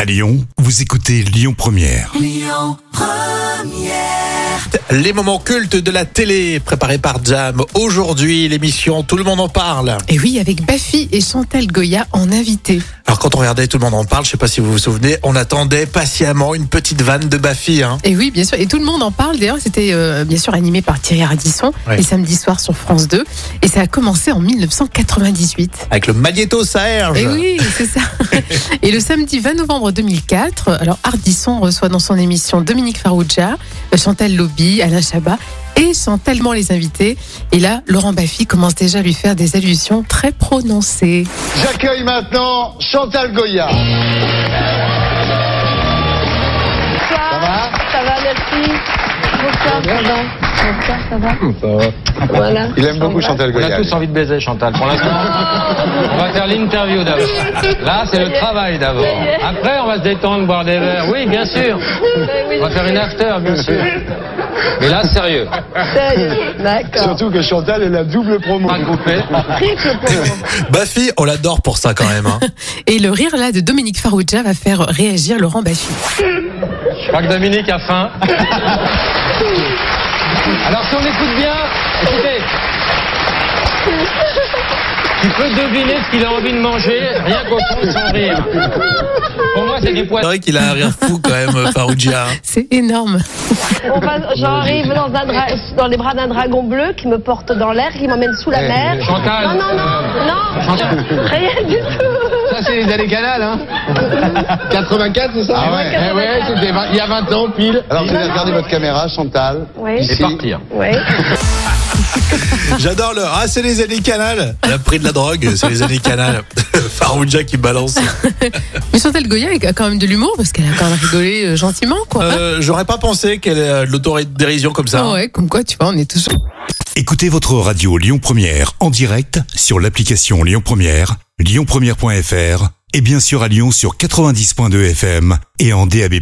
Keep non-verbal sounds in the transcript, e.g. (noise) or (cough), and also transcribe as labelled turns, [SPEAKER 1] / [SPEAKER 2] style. [SPEAKER 1] À Lyon, vous écoutez Lyon Première.
[SPEAKER 2] Les moments cultes de la télé préparés par Jam. Aujourd'hui, l'émission Tout le monde en parle.
[SPEAKER 3] Et oui, avec Baffy et Chantal Goya en invité.
[SPEAKER 2] Alors quand on regardait Tout le monde en parle, je sais pas si vous vous souvenez, on attendait patiemment une petite vanne de Baffy. Hein.
[SPEAKER 3] Et oui, bien sûr. Et tout le monde en parle. D'ailleurs, c'était euh, bien sûr animé par Thierry Ardisson
[SPEAKER 2] Ouais.
[SPEAKER 3] les samedis soirs sur France 2. Et ça a commencé en 1998.
[SPEAKER 2] Avec le Magneto Serge.
[SPEAKER 3] Et Eh oui, c'est ça. et le samedi 20 novembre 2004, alors Ardisson reçoit dans son émission Dominique Farrugia, euh, Chantal Lobby, Alain Chabat et Chantal Mans les invités. Et là, Laurent Baffy commence déjà à lui faire des allusions très prononcées.
[SPEAKER 4] J'accueille maintenant Chantal Goya.
[SPEAKER 5] Ça va Ça va, merci. Bonsoir, ça va Bonsoir, ça va Voilà.
[SPEAKER 4] Il aime beaucoup Chantal
[SPEAKER 6] On
[SPEAKER 4] Goya.
[SPEAKER 6] a tous
[SPEAKER 4] lui.
[SPEAKER 6] envie de baiser, Chantal. Pour l'instant, on va faire l'interview d'abord. Là, c'est le travail d'abord. Après, on va se détendre, boire des verres. Oui, bien sûr. On va faire une after, bien sûr. Mais là, sérieux.
[SPEAKER 5] Sérieux
[SPEAKER 4] (laughs)
[SPEAKER 5] D'accord.
[SPEAKER 4] Surtout que Chantal est la double promo.
[SPEAKER 6] Pas coupé.
[SPEAKER 5] Triple pour moi.
[SPEAKER 2] Baffy, on l'adore pour ça quand même. hein.
[SPEAKER 3] Et le rire là de Dominique Farrugia va faire réagir Laurent Baffy.
[SPEAKER 6] Je crois que Dominique a faim. Alors, si on écoute bien, écoutez. Tu peux deviner ce qu'il a envie de manger, rien qu'au fond de son rire. Pour moi, c'est du
[SPEAKER 2] C'est
[SPEAKER 6] poisson.
[SPEAKER 2] vrai qu'il a un rire fou quand même, euh, Farrugia.
[SPEAKER 3] C'est énorme.
[SPEAKER 5] On va- J'arrive dans, un dra- dans les bras d'un dragon bleu qui me porte dans l'air, qui m'emmène sous la mer.
[SPEAKER 6] Chantal.
[SPEAKER 5] Non, non, non, non,
[SPEAKER 6] Chantal.
[SPEAKER 5] je- rien du tout.
[SPEAKER 6] Ça, c'est les années canal, hein 84, c'est ça Ah ouais, eh ouais, c'était vingt- il y a 20 ans, pile.
[SPEAKER 4] Alors, vous allez
[SPEAKER 6] hein.
[SPEAKER 4] regarder votre caméra, Chantal.
[SPEAKER 5] Oui.
[SPEAKER 4] Ici.
[SPEAKER 6] Et partir.
[SPEAKER 5] Oui.
[SPEAKER 2] J'adore le. Ah, c'est les années Canal. Elle a pris de la drogue, c'est les années (laughs) Canal. Farrugia qui balance.
[SPEAKER 3] Mais Chantal Goya a quand même de l'humour parce qu'elle a quand même rigolé euh, gentiment, quoi.
[SPEAKER 2] Euh, J'aurais pas pensé qu'elle ait euh, de l'autodérision comme ça. hein.
[SPEAKER 3] Ah ouais, comme quoi, tu vois, on est toujours.
[SPEAKER 1] Écoutez votre radio Lyon Première en direct sur l'application Lyon Première, lyonpremière.fr et bien sûr à Lyon sur 90.2 FM et en DAB+.